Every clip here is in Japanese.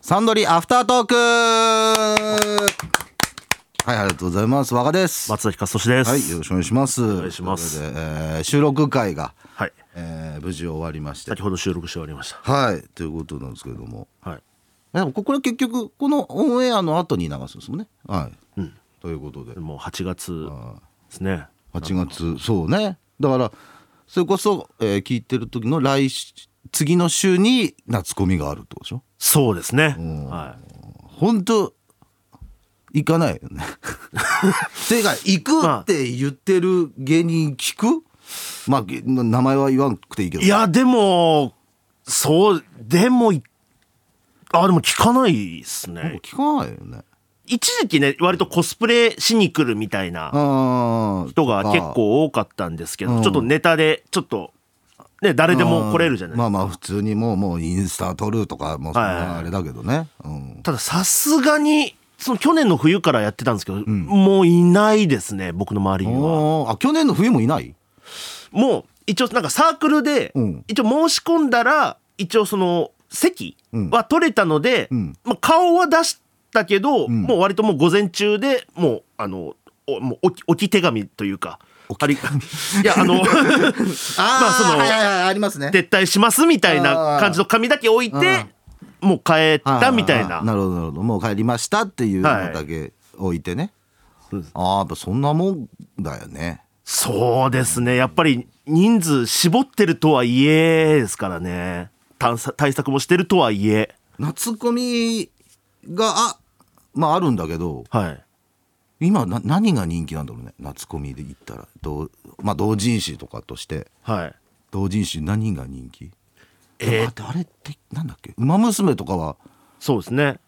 サンドリーアフタートークはい、ありがとうございます。若です。は松崎勝利です。い、よろしくお願いします。お願いしますえー収録会が、はい。えー無事終わりまして。先ほど収録しておりましはい、ということなんですけれども。た。はい。でもここれ結局、このオンエアの後に流すんですもんね。はい。ということで。もう8月ですね。 8月、そうね。だから、それこそ、えー聞いてる時の来し、次の週に夏コミがあるってことでしょそうですね。はい。本当行かないよ ね。ていうか行くって言ってる芸人聞く、まあ、げ名前は言わなくていいけどいや、でも、そう、でもい、あ、でも聞かないですね。聞かないよね。一時期ね、割とコスプレしに来るみたいなあー人が結構多かったんですけど、ちょっとネタで、ちょっと、ね、誰でも来れるじゃないですまか。あまあ普通にもうもうインスタ撮るとかもうそんはいはいはないあれだけどね、うん、ただ、さすがに、その去年の冬からやってたんですけど、もういないですね、僕の周りには。おーあ去年の冬もいないもう一応なんかサークルで、うん一応申し込んだら一応その席うんは取れたので、うんまあ、顔は出したけど、んもう割ともう午前中でもうあのおもう置き置き手紙というか。ありいやあの まあそのありますね撤退しますみたいな感じの紙だけ置いてもう帰ったみたいあなーなるほどなるほどもう帰りましたっていうのはいだけ置いてね、そうですああやっぱそんなもんだよねそうですねやっぱり人数絞ってるとはいえですからね探査対策もしてるとはいえ夏コミがあまああるんだけどはい今な何が人気なんだろうね夏コミで言ったら同,、まあ、同人誌とかとしてはい同人誌何が人気えーああれってなんだっけ「ウマ娘」とかはそうですね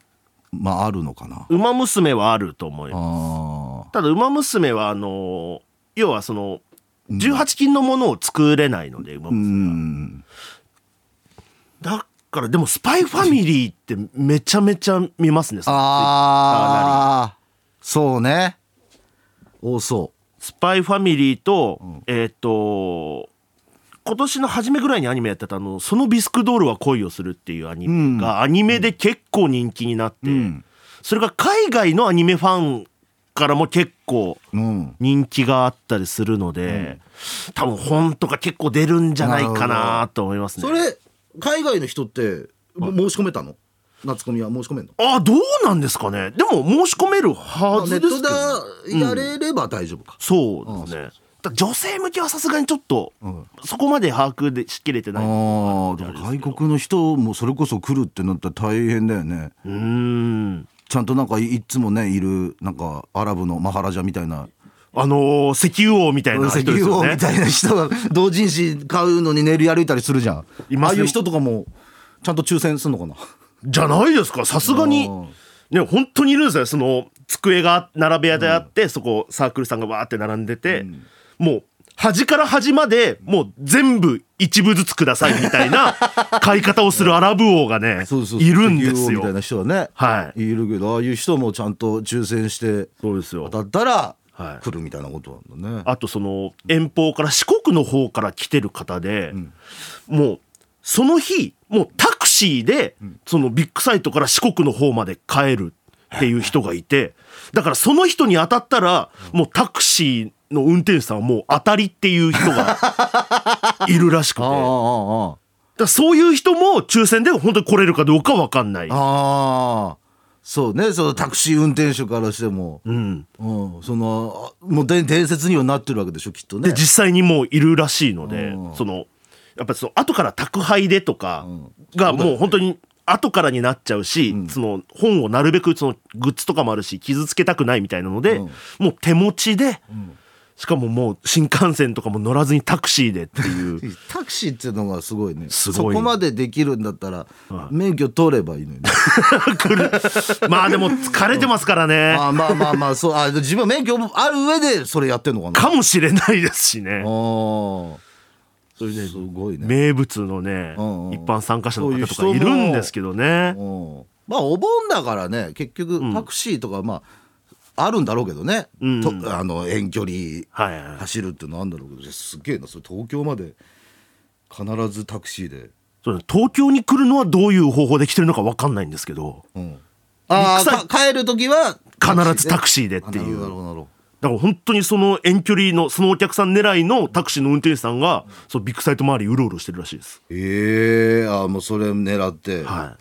まああるのかな「ウマ娘」はあると思いますあただ「ウマ娘」はあのー要はその18禁のものを作れないので、ウマーう娘んだからでも「スパイファミリー」ってめちゃめちゃ見ますねああそうね多そスパイファミリーと、えーっ、と今年の初めぐらいにアニメやってたあの「そのビスクドールは恋をする」っていうアニメが、アニメで結構人気になって、んそれが海外のアニメファンからも結構ううん人気があったりするので、多分本とか結構出るんじゃないかなと思いますね。それ海外の人って申し込めたの夏コミは申し込めんのあどうなんですかねでも申し込めるはネずッですけどトね、でやれれば大丈夫か、そうあそですうねだ女性向けはさすがにちょっと、そこまで把握でしきれてないとああころがあるんであれですけど外国の人もそれこそ来るってなったら大変だよねうーんちゃんとなんかいいつもねいるなんかアラブのマハラジャみたいなあのー石油王みたいな人石です油よ王ねみたいな人が同人誌買うのに練り歩いたりするじゃんいまあすあよいう人とかもちゃんと抽選するのかなじゃないですかさすがにね本当にいるんですよその机が並べ屋であって、そこサークルさんがわーって並んでて、もう端から端までもう全部一部ずつくださいみたい な買い方をするアラブ王がねそうそういるんです石油王みたいよな人はね、はいいるけどああいう人もちゃんと抽選してそうです当よたったらはい来るみたいなことなんだね、あとその遠方から四国の方から来てる方で、もうその日もうタクシーでそのビッグサイトから四国の方まで帰るっていう人がいてだからその人に当たったらもうタクシーの運転手さんはもう当たりっていう人がいるらしくてあだあかああああらそういう人も抽選で本当に来れるかどうか分かんない。ああそうねそのタクシー運転手からしても、ううんん、そのあもうで伝説にはなってるわけでしょきっとねで実際にもういるらしいので、うんそのやっぱりその後から宅配でとかがもう本当に後からになっちゃうし、その本をなるべくそのグッズとかもあるし傷つけたくないみたいなので、うんもう手持ちで、しかももう新幹線とかも乗らずにタクシーでっていう タクシーっていうのがすごいねすそごいこまでできるんだったら、免許取ればいいのに、 ね、まあでも疲れてますからねあまあまあまあそうあ自分は免許ある上でそれやってんのかなあかもしれないですしねあーそれねすごいね名物のね、うんうん一般参加者の方とそういうかい人るもんですけどねうんまあお盆だからね結局タクシーとかまあ、あるんだろうけどね、うんとあの遠距離はいはい走るっていうのあんだろうけどすげえなそれ東京まで必ずタクシーでその東京に来るのはどういう方法で来てるのか分かんないんですけどうん、あビッあグ帰る時は必ずタクシーでっていあなるほうどなるほだから本当にその遠距離のそのお客さん狙いのタクシーの運転手さんがそのビッグサイト周りうろうろしてるらしいですどええああもうそれ狙って、は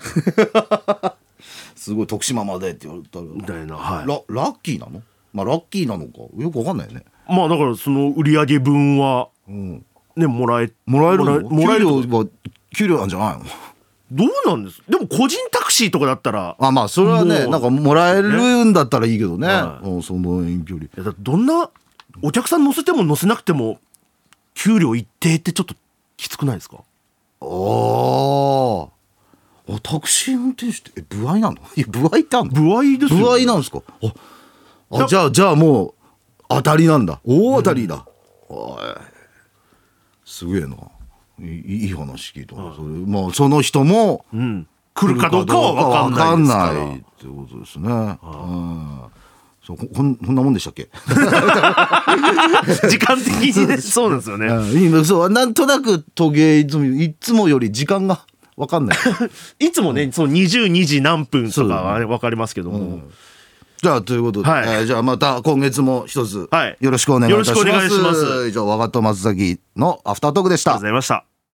すごい徳島までって言われたらいみたいなはいララッキーなのまあラッキーなのかよくわかんないね、まあだからその売り上げ分はうん、ねもらえもらえるのもらえる給料は給料なんじゃないのどうなんですでも個人タクシーとかだったらあまあそれはねもうなんかもらえるんだったらいいけどね、はうん、その遠距離いやだってどんなお客さん乗せても乗せなくても給料一定ってちょっときつくないですかああタクシー運転手ってえ部合なの いや部合ってあんの不合ですよ、ね、不合なんですかああじゃあじゃあもう当たりなんだ大当たりだ、おいすげえないいいい話聞いたな、それまあその人もうん、来るかどうかは分かんないですか分らかんないってことですね、うんそうここんこんなもんでしたっけ 時間的にねそうなんですよ ね、うん今そうなんとなくトゲいつもいつもより時間が分かんないいつもね、その22時何分とかはね分かりますけども、 じゃあということで、はいえーじゃあまた今月も一つはいよろしくお願いいたします,、よろしくお願いします以上わがと松崎のアフタートークでしありがとたうございました